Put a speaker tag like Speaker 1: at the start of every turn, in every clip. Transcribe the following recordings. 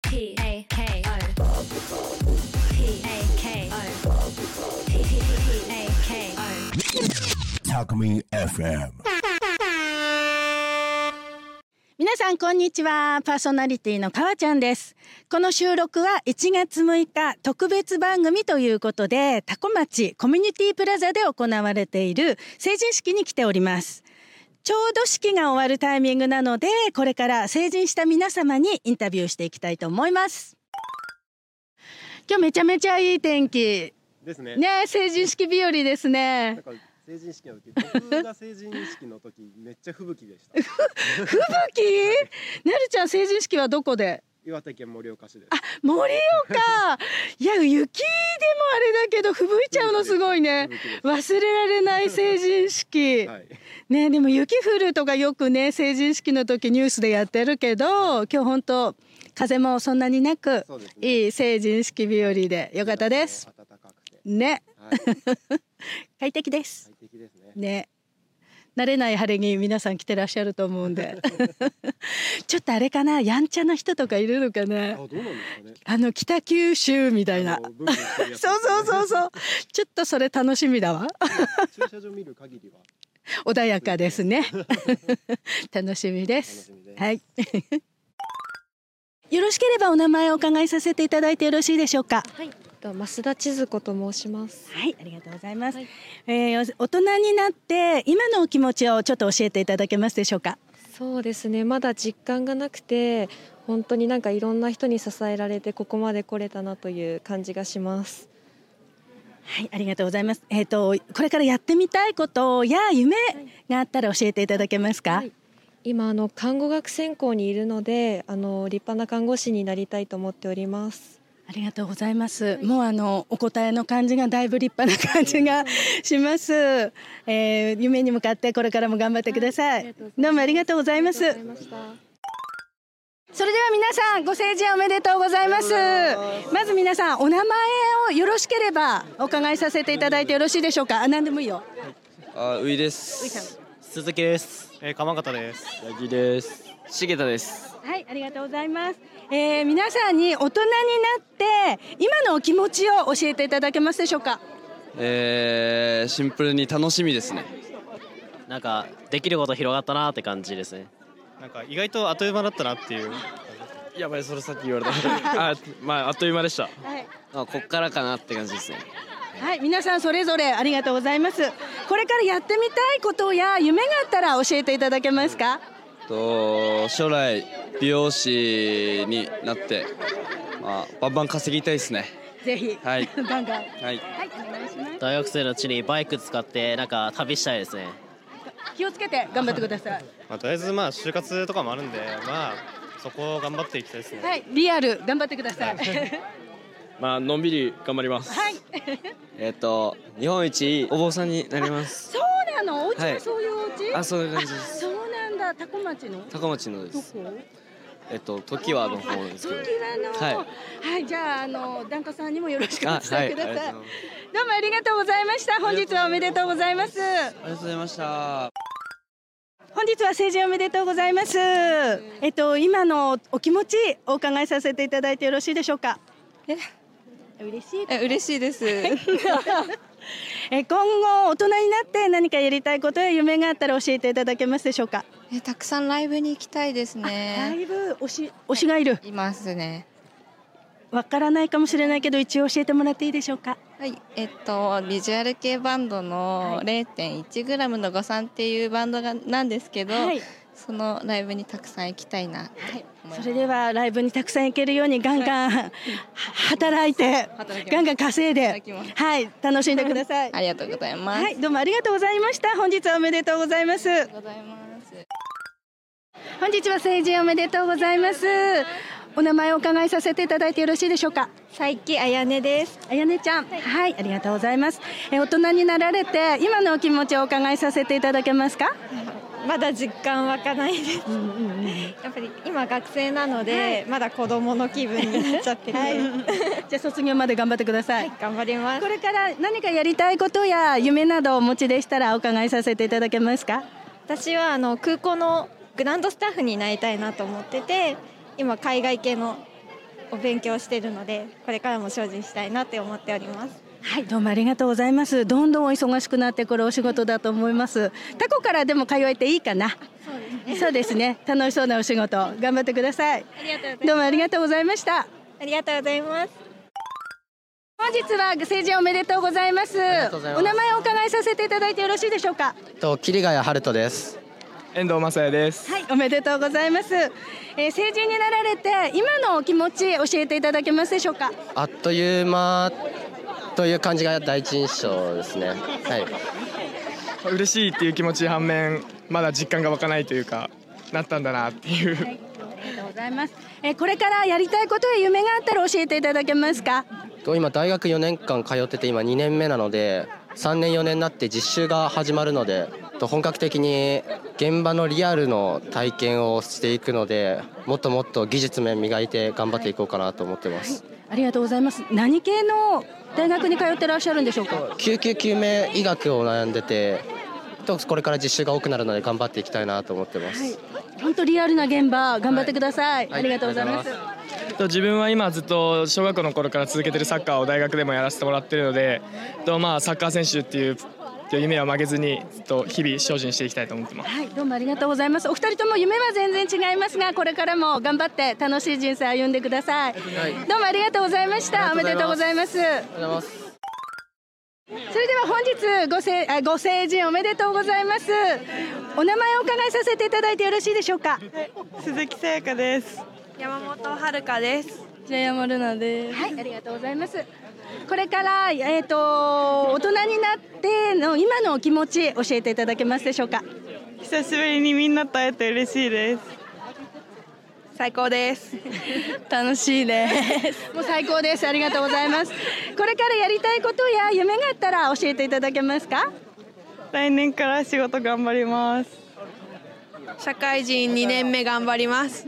Speaker 1: P A K O P A K O P A K O
Speaker 2: Takumi FM.
Speaker 3: 皆さんこんにちはパーソナリティのかわちゃんですこの収録は1月6日特別番組ということでタコ町コミュニティプラザで行われている成人式に来ておりますちょうど式が終わるタイミングなのでこれから成人した皆様にインタビューしていきたいと思います今日めちゃめちゃいい天気
Speaker 4: ですね。
Speaker 3: ね成人式日和です
Speaker 4: な
Speaker 3: ね
Speaker 4: んか成人式の時、僕が成人式の時、めっちゃ吹雪でし た。
Speaker 3: 吹雪 なるちゃん成人式はどこで
Speaker 4: 岩手県盛岡市です。
Speaker 3: 盛岡いや雪でもあれだけど吹雪いちゃうのすごいね
Speaker 4: 吹雪です
Speaker 3: 忘れられない成人 式、
Speaker 4: はい。
Speaker 3: ねでも雪降るとかよくね成人式の時ニュースでやってるけど今日本当風もそんなになく
Speaker 4: そうですね。
Speaker 3: いい成人式日和でよかったです
Speaker 4: 暖かくて。
Speaker 3: ね
Speaker 4: はい。
Speaker 3: 快適です
Speaker 4: 快適ですね。
Speaker 3: ね慣れない晴れ着皆さん着てらっしゃると思うん でちょっとあれかなやんちゃな人とかいるのか
Speaker 4: あ、
Speaker 3: な
Speaker 4: どうなんですか ね。
Speaker 3: あの北九州みたいな
Speaker 4: あのブンブンしてるや つ
Speaker 3: そうそうそうそう。ちょっとそれ楽しみだわ。
Speaker 4: 駐車場見る限りは
Speaker 3: 穏やかですね。 楽しみで
Speaker 4: 楽
Speaker 3: す
Speaker 4: し。みです。
Speaker 3: はい。 よろしければお名前をお伺いさせていただいてよろしいでしょうか。
Speaker 5: はい、と増田千鶴子と申します。
Speaker 3: はい、ありがとうございます。
Speaker 5: はい
Speaker 3: えーお大人になって今のお気持ちをちょっと教えていただけますでしょうか。
Speaker 5: そうですね、まだ実感がなくて、本当になんかいろんな人に支えられてここまで来れたなという感じがします。
Speaker 3: はい、ありがとうございます。えっ、とこれからやってみたいことや夢があったら教えていただけますか。
Speaker 5: はい今あの看護学専攻にいるので、あの立派な看護師になりたいと思っております。
Speaker 3: ありがとうございます。もうあのお答えの感じがだいぶ立派な感じがします、えー夢に向かってこれからも頑張ってください。
Speaker 5: はいありがとうございます
Speaker 3: どうもありがとうございます。
Speaker 5: ありがとうございました。
Speaker 3: それでは皆さんご成人おめでとうございます。まず皆さんお名前をよろしければお伺いさせていただいてよろしいでしょうか。あ何でもいいよ。
Speaker 6: あ、ういです。鈴木です。
Speaker 7: えー、鎌方です。
Speaker 6: ヤギです。しげたです。
Speaker 3: はい、ありがとうございます。えー皆さんに大人になって今のお気持ちを教えていただけますでしょうか。
Speaker 6: えー、シンプルに楽しみですね。
Speaker 8: なんかできること広がったなって感じですね。
Speaker 7: なんか意外とあっという間だったなっていう。
Speaker 6: やばい、それさっき言われた。あ、まあ、あっという間でした。
Speaker 3: はい。
Speaker 6: あ、こっからかなって感じですね。
Speaker 3: はい、皆さんそれぞれありがとうございます。これからやってみたいことや夢があったら教えていただけますか。
Speaker 6: と、将来美容師になって。まあ、バンバン稼ぎたいですね。
Speaker 3: ぜひ、
Speaker 6: はい
Speaker 3: ガンガン。はい、
Speaker 6: はい。
Speaker 3: お願いしま
Speaker 8: 大学生のうちにバイク使ってなんか旅したいですね。
Speaker 3: す。気をつけて頑張ってください。
Speaker 7: まあ、とりあえずまあ就活とかもあるんで、まあそこを頑張っていきたいですね。
Speaker 3: はい、リアル頑張ってください。
Speaker 6: まあ、のんびり頑張ります。
Speaker 3: はい、
Speaker 6: えっと、日本一お坊さんになります。
Speaker 3: そうなの、お家
Speaker 6: は
Speaker 3: はいそういうお家。
Speaker 6: あ、そういう感じで
Speaker 3: あ
Speaker 6: す。
Speaker 3: そうなんだ、タコ町の。
Speaker 6: 高町ので
Speaker 3: ど
Speaker 6: す。
Speaker 3: こ。
Speaker 6: えっと、時 はの方で
Speaker 3: そ
Speaker 6: すけ
Speaker 3: う
Speaker 6: ど。
Speaker 3: の、は、
Speaker 6: はい
Speaker 3: じゃあ、あの、檀家さんにもよろしくお伝
Speaker 6: あ、はい、あ
Speaker 3: え
Speaker 6: り
Speaker 3: く
Speaker 6: がとう
Speaker 3: だ
Speaker 6: ご
Speaker 3: さい
Speaker 6: ざい。ます。
Speaker 3: どうもありがとうございました。本日はおめでとうございます。
Speaker 6: ありがとうございました。
Speaker 3: 本日は成人おめでとうございます。えっと今のお気持ちお伺いさせていただいてよろしいでしょうか。え、嬉しい。
Speaker 9: え嬉しいです。
Speaker 3: え今後大人になって何かやりたいことや夢があったら教えていただけますでしょうか。
Speaker 9: えたくさんライブに行きたいです
Speaker 3: だ
Speaker 9: ね。
Speaker 3: いぶ推し推しがいる。
Speaker 9: いますね。
Speaker 3: わからないかもしれないけど一応教えてもらっていいでしょうか。
Speaker 9: はい、えっとビジュアル系バンドの
Speaker 3: は
Speaker 9: 0.1g の誤算っていうバンドがなんですけど、
Speaker 3: はい。
Speaker 9: そのライブにたくさん行きたいなと思います。
Speaker 3: それではライブにたくさん行けるようにガンガンは働いて
Speaker 9: 働きます
Speaker 3: ガンガン稼い
Speaker 9: いただ
Speaker 3: で
Speaker 9: きます
Speaker 3: はい楽しんでください。
Speaker 9: ありがとうございます。
Speaker 3: は
Speaker 9: あり
Speaker 3: いどうもありがとうございました。本日はおめでとうございます
Speaker 9: が。とうございます。
Speaker 3: 本日は成人おめでとうございます。お名前をお伺いさせていただいてよろしいでしょうか。
Speaker 5: 佐伯あやねです。
Speaker 3: あやねちゃん、はい、ありがとうございます。え大人になられて今のお気持ちをお伺いさせていただけます か。
Speaker 5: まだ実感湧かないです。やっぱり今学生なので、まだ子供の気分になっちゃってて、
Speaker 3: じゃあ卒業まで頑張ってください。
Speaker 5: 頑張りま
Speaker 3: こ。れから何かやりたいことや夢などをお持ちでしたらお伺いさせていただけますか。
Speaker 5: 私はあの空港のグランドスタッフになりたいなと思ってて今海外系の
Speaker 10: を勉強しているのでこれからも精進したいなって思っております
Speaker 3: はい、どうもありがとうございます。どんどんお忙しくなってくるお仕事だと思います。タコからでも通えていいかな。そうですね。楽しそうなお仕事、頑張ってください。
Speaker 10: ありがとうございます
Speaker 3: どうもありがとうございました。
Speaker 10: ありがとうございます
Speaker 3: 本日は成人おめでとうございます。お名前をお伺いさせていただいてよろしいでしょうか。
Speaker 11: と桐ヶ谷春人です遠藤雅也です
Speaker 3: はい、おめでとうございます。えー成人になられて今のお気持ち教えていただけますでしょうか。
Speaker 11: あっという間という感じが第一印象ですねはい 嬉しいっていう気持ち反面まだ実感が湧かないというかなったんだなっていう、
Speaker 3: ありがとうございます。えーこれからやりたいことや夢があったら教えていただけますか。
Speaker 11: と今大学4年間通ってて今2年目なので3年4年になって実習が始まるのでと本格的に現場のリアルの体験をしていくのでもっともっと技術面磨いて頑張っていこうかなと思ってます、
Speaker 3: ありがとうございます。何系の大学に通ってらっしゃるんでしょうか。
Speaker 11: 救急救命医学を悩んでてとこれから実習が多くなるので頑張っていきたいなと思ってます、
Speaker 3: 本当リアルな現場頑張ってください。
Speaker 11: はい
Speaker 3: ありがとうございます。
Speaker 12: と自分は今ずっと小学校の頃から続けてるサッカーを大学でもやらせてもらってるのでと、まあ、サッカー選手っていうっていう夢は負けずにずっと日々精進していきたいと思ってます。
Speaker 3: はい、どうもありがとうございます。お二人とも夢は全然違いますが、これからも頑張って楽しい人生歩んでください。どうもありがとうございました。お
Speaker 11: あ
Speaker 3: め
Speaker 11: り
Speaker 3: で
Speaker 11: がとう
Speaker 3: とうご
Speaker 11: ご
Speaker 3: ざ
Speaker 11: ざ
Speaker 3: い
Speaker 11: い
Speaker 3: ます。それでは本日ごせあご成人おめでとうございます。お名前をお伺いさせていただいてよろしいでしょうか。
Speaker 13: 鈴木さやかです。山本遥です。
Speaker 3: 白山ルナです。はい、ありがとうございます。これからえっ、と大人になっての今のお気持ち教えていただけますでしょうか。
Speaker 13: 久しぶりにみんなと会えて嬉しいです。最高です。
Speaker 3: 楽しい です。もう最高です。ありがとうございます。これからやりたいことや夢があったら教えていただけますか。
Speaker 13: 来年から仕事頑張ります。
Speaker 14: 社会人2年目頑張ります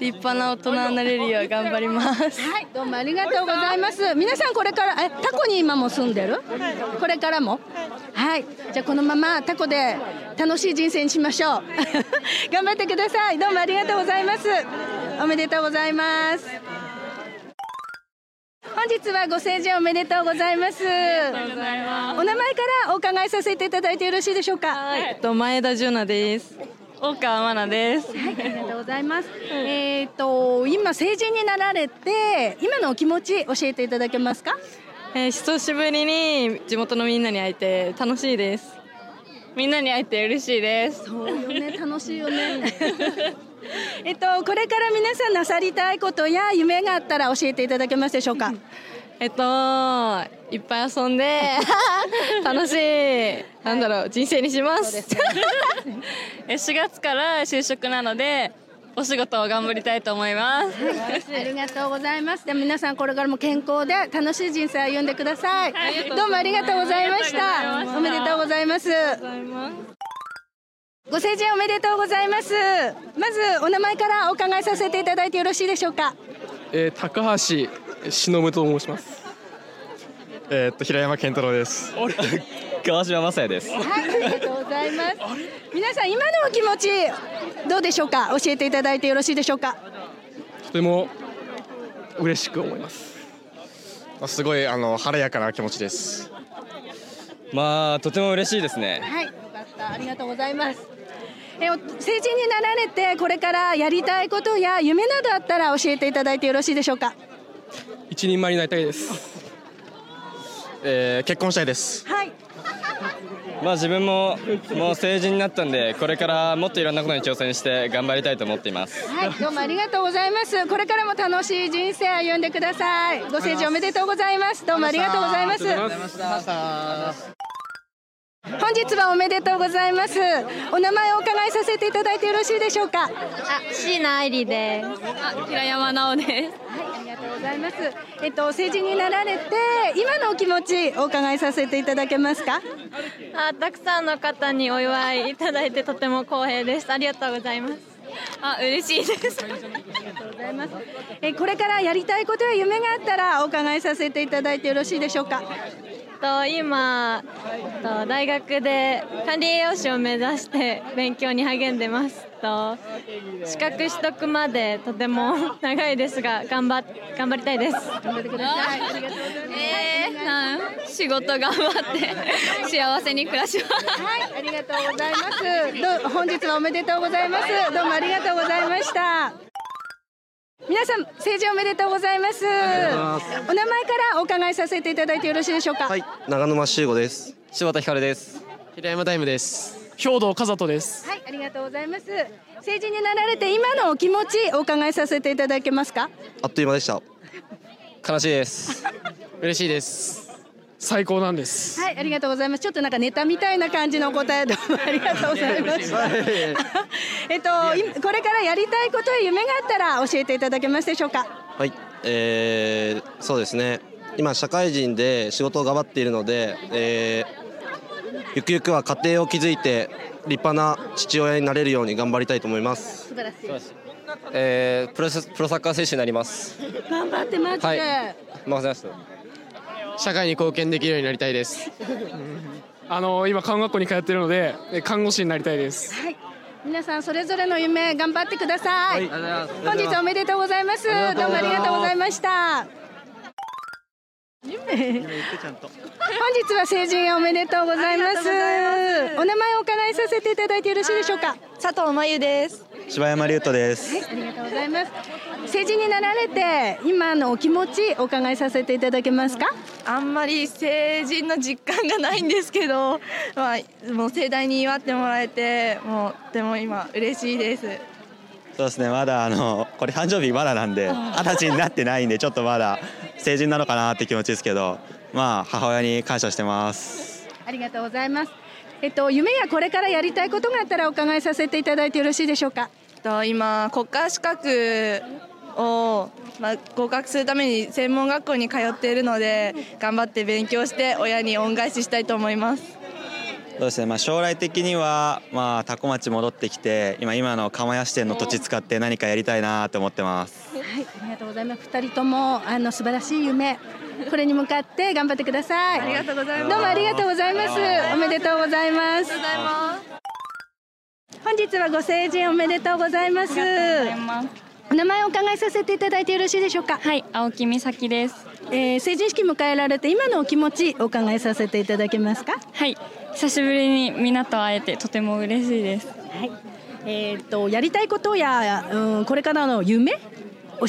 Speaker 14: 立派な大人になれるよう頑張ります
Speaker 3: はい、どうもありがとうございます。皆さんこれからえタコに今も住んでる？これからも？はい。じゃあこのままタコで楽しい人生にしましょう。 頑張ってください。どうもありがとうございます。おめでとうございます。本日はご成人おめでとうございます。お名前からお伺いさせていただいてよろしいでしょうか。はい
Speaker 14: えっと前田純奈です大川真奈です
Speaker 3: はい、ありがとうございます。えっと、今成人になられて、今のお気持ち教えていただけますか。
Speaker 14: えー久しぶりに地元のみんなに会えて楽しいですみんなに会えて嬉しいです
Speaker 3: そうよね、楽しいよね。 えっと、これから皆さんなさりたいことや夢があったら教えていただけますでしょうか。
Speaker 14: えっといっぱい遊んで 楽しいなんだろう、人生にします
Speaker 15: え4月から就職なのでお仕事を頑張りたいと思います。
Speaker 3: ありがとうございます。で、皆さんこれからも健康で楽しい人生歩んでください。
Speaker 15: はい
Speaker 3: どうもありがとうございまし。
Speaker 15: ありがとうございましたた
Speaker 3: おめでとうございます。ご成人おめでとうございます。まずお名前からお伺いさせていただいてよろしいでしょうか。
Speaker 16: えー、高橋忍と申します。
Speaker 7: えーっと平山健太郎です。川島正也です。
Speaker 3: はい、ありがとうございます。皆さん今のお気持ちどうでしょうか。教えていただいてよろしいでしょうか。
Speaker 16: とても嬉しく思います。
Speaker 17: すごいあの晴れやかな気持ちです。
Speaker 6: まあとても嬉しいですね
Speaker 3: はい、よかった。ありがとうございます。え、お成人になられてこれからやりたいことや夢などあったら教えていただいてよろしいでしょうか。
Speaker 16: 一人前になりたいです。
Speaker 6: え結婚したいです
Speaker 3: はい。
Speaker 6: まあ自分ももう成人になったんでこれからもっといろんなことに挑戦して頑張りたいと思っています
Speaker 3: はい、どうもありがとうございます。これからも楽しい人生歩んでください。ご成人おめでとうございます。どうもありがとうございます。本日はおめでとうございます。お名前をお伺いさせていただいてよろしいでしょうか。あ、椎名愛理です。あ、平山直です。はい、ありがとうございます。えっと成人になられて今のお気持ちお伺いさせていただけますか。
Speaker 15: あたくさんの方にお祝いいただいてとても光栄です。ありがとうございます。あ嬉しいです。
Speaker 3: えこれからやりたいことや夢があったらお伺いさせていただいてよろしいでしょうか。
Speaker 18: と今えっと大学で管理栄養士を目指して勉強に励んでます。えっと資格取得までとても長いですが頑張っ頑張りたいです。頑張ってください。
Speaker 14: えーうん仕事頑張って幸せに暮らします。
Speaker 3: ありがとうございます。どう本日はおめでとうございます。どうもありがとうございました。皆さん成人おめでとうございます。お
Speaker 6: とうござい
Speaker 3: 名
Speaker 6: ます
Speaker 3: 前からお伺いさせていただいてよろしいでしょうか。はい。
Speaker 6: 長沼修吾です柴田ひかるです平山タイムです
Speaker 19: 兵道和人です
Speaker 3: ありがとうございます。成人になられて今のお気持ちお伺いさせていただけますか。
Speaker 6: あっという間でした悲しいです
Speaker 19: 嬉しいです最高なんです
Speaker 3: はい、ありがとうございます。ちょっとなんかネタみたいな感じのお答えどうもありがとうございま し
Speaker 19: は
Speaker 3: た
Speaker 19: い。
Speaker 3: えっと、いこれからやりたいことや夢があったら教えていただけますでしょうか。
Speaker 6: はい、えー、そうですね今社会人で仕事を頑張っているので、えー、ゆくゆくは家庭を築いて立派な父親になれるように頑張りたいと思います
Speaker 3: 素晴らしい。
Speaker 6: えー、プロプロサッカー選手になります
Speaker 3: 頑張ってマジで。
Speaker 6: はい任せました
Speaker 19: 社会に貢献できるようになりたいです あの今看護学校に通ってるのでえ看護師になりたいです
Speaker 3: 皆さんそれぞれの夢頑張ってください。
Speaker 19: 本
Speaker 3: 本日はおめでとうございます。
Speaker 19: あり
Speaker 3: ど
Speaker 19: が
Speaker 3: う
Speaker 19: とう
Speaker 3: も
Speaker 19: ございます
Speaker 3: ありがとうございました。本日は成人おめでとうございます。お名前をお伺いさせていただいてよろしいでしょうか。佐藤真由です。
Speaker 20: 柴山龍斗です
Speaker 3: はい、ありがとうございます。成人になられて今のお気持ちお伺いさせていただけますか。
Speaker 14: あんまり成人の実感がないんですけど、まあ、もう盛大に祝ってもらえてもうとても今嬉しいです
Speaker 20: そうですねまだあのこれ誕生日まだなんで二十歳になってないんでちょっとまだ成人なのかなって気持ちですけどまあ母親に感謝してます
Speaker 3: ありがとうございます。えっと夢やこれからやりたいことがあったらお伺いさせていただいてよろしいでしょうか。
Speaker 14: と今国家資格を、まあ、合格するために専門学校に通っているので頑張って勉強して親に恩返ししたいと思います
Speaker 20: そうですねまあ将来的にはまあタコ町戻ってきて今今の釜屋支店の土地使って何かやりたいなと思ってます
Speaker 3: はい、ありがとうございます。二人ともあの素晴らしい夢、これに向かって頑張ってください。
Speaker 14: ありがとうございます
Speaker 3: どうもありがとうございます。おめでとうございます。本日はご成人おめでとうございます。お名前をお伺いさせていただいてよろしいでしょうか。はい、青木美咲です。えー、成人式迎えられて今のお気持ちお伺いさせていただけますか。
Speaker 21: はい、久しぶりにみんなと会えてとても嬉しいです。
Speaker 3: はい、えーっとやりたいことや、うん、これからの夢教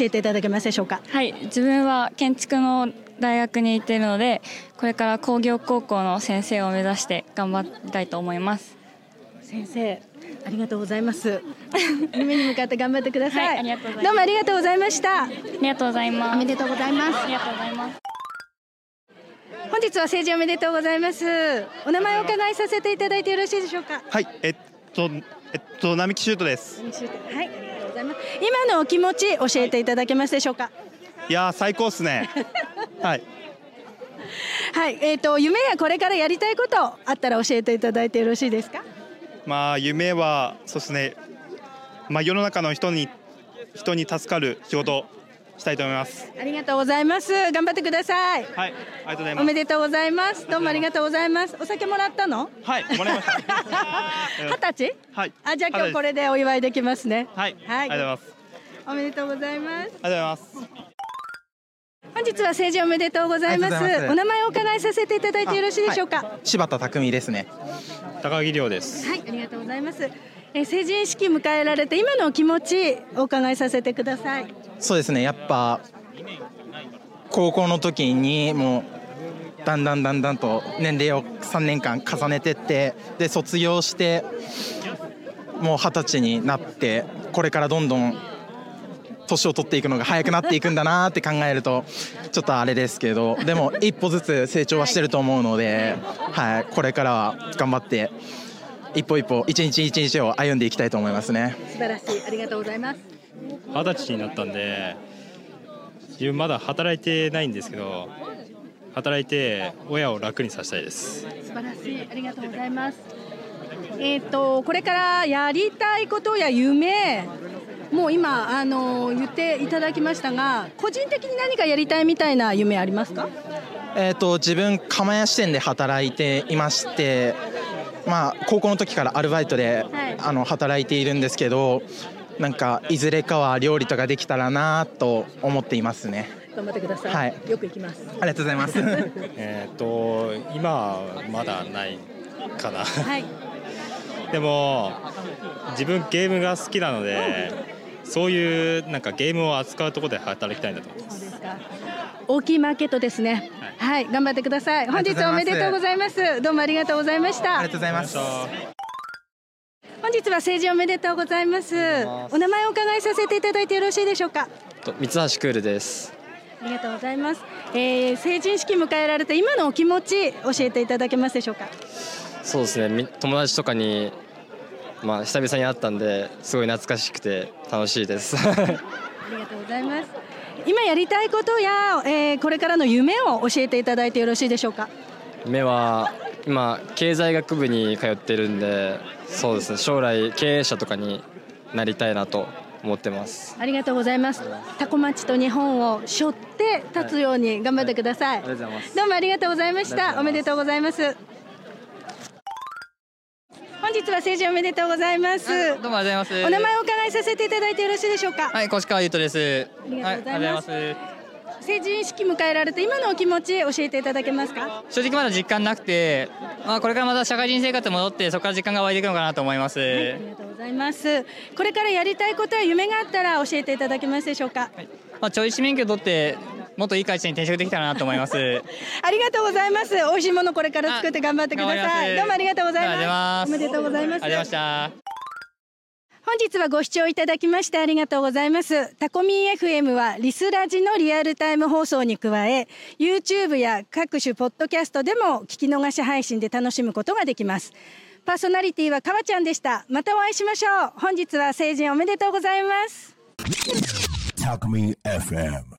Speaker 3: えていただけますでしょうか。
Speaker 21: はい、自分は建築の大学に行っているので、これから工業高校の先生を目指して頑張りたいと思います。
Speaker 3: 先生ありがとうございます。夢に向かって頑張ってください。
Speaker 21: はいありがとうございます
Speaker 3: どうもありがとうございました。あ
Speaker 21: りがとうございます。
Speaker 3: おめでとうございます。
Speaker 21: ありがとうございます。
Speaker 3: 本日は成人おめでとうございます。お名前をお伺いさせていただいてよろしいでしょうか。
Speaker 22: はい、えっと、えっと、並木シュートです。
Speaker 3: はい、ありがとうございます。今のお気持ち教えていただけますでしょうか。
Speaker 22: いやー、最高っす ね。はい、
Speaker 3: はい、えっ、と夢やこれからやりたいことあったら教えていただいてよろしいですか。
Speaker 22: まあ、夢は、そうですね。まあ、世の中の人に、人に助かる仕事をしたいと思います。
Speaker 3: ありがとうございます。頑張ってください。
Speaker 22: はい、ありがとうございます。
Speaker 3: おめでとうございます。どうもありがとうございます。お酒もらったの？
Speaker 22: はい、もらいました。
Speaker 3: 二十歳？
Speaker 22: はい。
Speaker 3: あ、じゃあ今日これでお祝いできますね。
Speaker 22: はい、ありがとうございます。
Speaker 3: おめでとうございます。
Speaker 22: ありがとうございます。
Speaker 3: 本日は成人おめでとうございます。
Speaker 23: ありがとうございます
Speaker 3: お名前をお伺いさせていただいてよろしいでしょうか。はい、
Speaker 23: 柴田匠ですね。高木亮です。
Speaker 3: ありがとうございます。えー成人式迎えられて今のお気持ちお伺いさせてください。
Speaker 23: そうですね。やっぱ高校の時にもうだんだんだんだんと年齢を3年間重ねてってで卒業してもう二十歳になってこれからどんどん年を取っていくのが早くなっていくんだなって考えるとちょっとあれですけどでも一歩ずつ成長はしてると思うので、はい、これからは頑張って一歩一歩一日一日を歩んでいきたいと思いますね。
Speaker 3: 素晴らしい。ありがとうございます。
Speaker 4: 二十歳になったんで自分まだ働いてないんですけど働いて親を楽にさせたいです
Speaker 3: 素晴らしい。ありがとうございます。えっ、とこれからやりたいことや夢もう今あの言っていただきましたが個人的に何かやりたいみたいな夢ありますか
Speaker 22: えー、と自分釜屋支店で働いていまして、まあ、高校の時からアルバイトで、あの働いているんですけどなんかいずれかは料理とかできたらなと思っていますね
Speaker 3: 頑張ってください、
Speaker 22: はい
Speaker 3: よく行きます
Speaker 22: ありがとうござ います
Speaker 24: えっと今はまだないかな
Speaker 3: はい
Speaker 24: でも自分ゲームが好きなのでそういうなんかゲームを扱うところで働きたいんだと思います
Speaker 3: 大きいマーケットですねはい、頑張ってください本日はおめでとうございますどうもありがとうございました
Speaker 22: ありがとうございます
Speaker 3: 本日は成人おめでとうございますお名前をお伺いさせていただいてよろしいでしょうか
Speaker 6: と三橋クールです
Speaker 3: ありがとうございます、えー、成人式迎えられて今のお気持ち教えていただけますでしょうか
Speaker 6: そうですねみ友達とかにまあ久々に会ったんですごい懐かしくて楽しいです
Speaker 3: ありがとうございます今やりたいことや、えー、これからの夢を教えていただいてよろしいでしょうか
Speaker 6: 目は今経済学部に通ってるんでそうですね将来経営者とかになりたいなと思ってます
Speaker 3: ありがとうございますタコ町と日本を背負って立つように頑張ってください、
Speaker 6: ありがとうございます
Speaker 3: どうもありがとうございまし
Speaker 6: あり
Speaker 3: た。おめでとうございます。本日は成人おめでとうございます。
Speaker 25: どうもありがとうございます。
Speaker 3: お名前をお伺いさせていただいてよろしいでしょうか。
Speaker 25: はい、越川優斗です。
Speaker 3: ありがとうございます
Speaker 25: はいありがとうござい
Speaker 3: 成人式迎えられて今のお気持ち教えていただけますか。
Speaker 25: ます正直まだ実感なくて、まあこれからまた社会人生活戻ってそこから実感が湧いていくのかなと思います。
Speaker 3: ありがとうございます。これからやりたいことや夢があったら教えていただけますでしょうか。
Speaker 25: まあちょいし免許取ってもっといい会社に転職できたらなと思います。ありがとう
Speaker 3: ありがとうございます。美味しいものこれから作って頑張ってくだ
Speaker 25: 頑張
Speaker 3: さ
Speaker 25: ります
Speaker 3: い。どうもありがとうござい
Speaker 25: あり
Speaker 3: ま
Speaker 25: が
Speaker 3: す。おめでとうございます
Speaker 25: ご。ざいました。
Speaker 3: 本日はご視聴いただきましてありがとうございます。タコミン FM はリスラジのリアルタイム放送に加え、YouTube や各種ポッドキャストでも聞き逃し配信で楽しむことができます。パーソナリティはかわちゃんでした。またお会いしましょう。本日は成人おめでとうございます。
Speaker 2: Talk Me FM.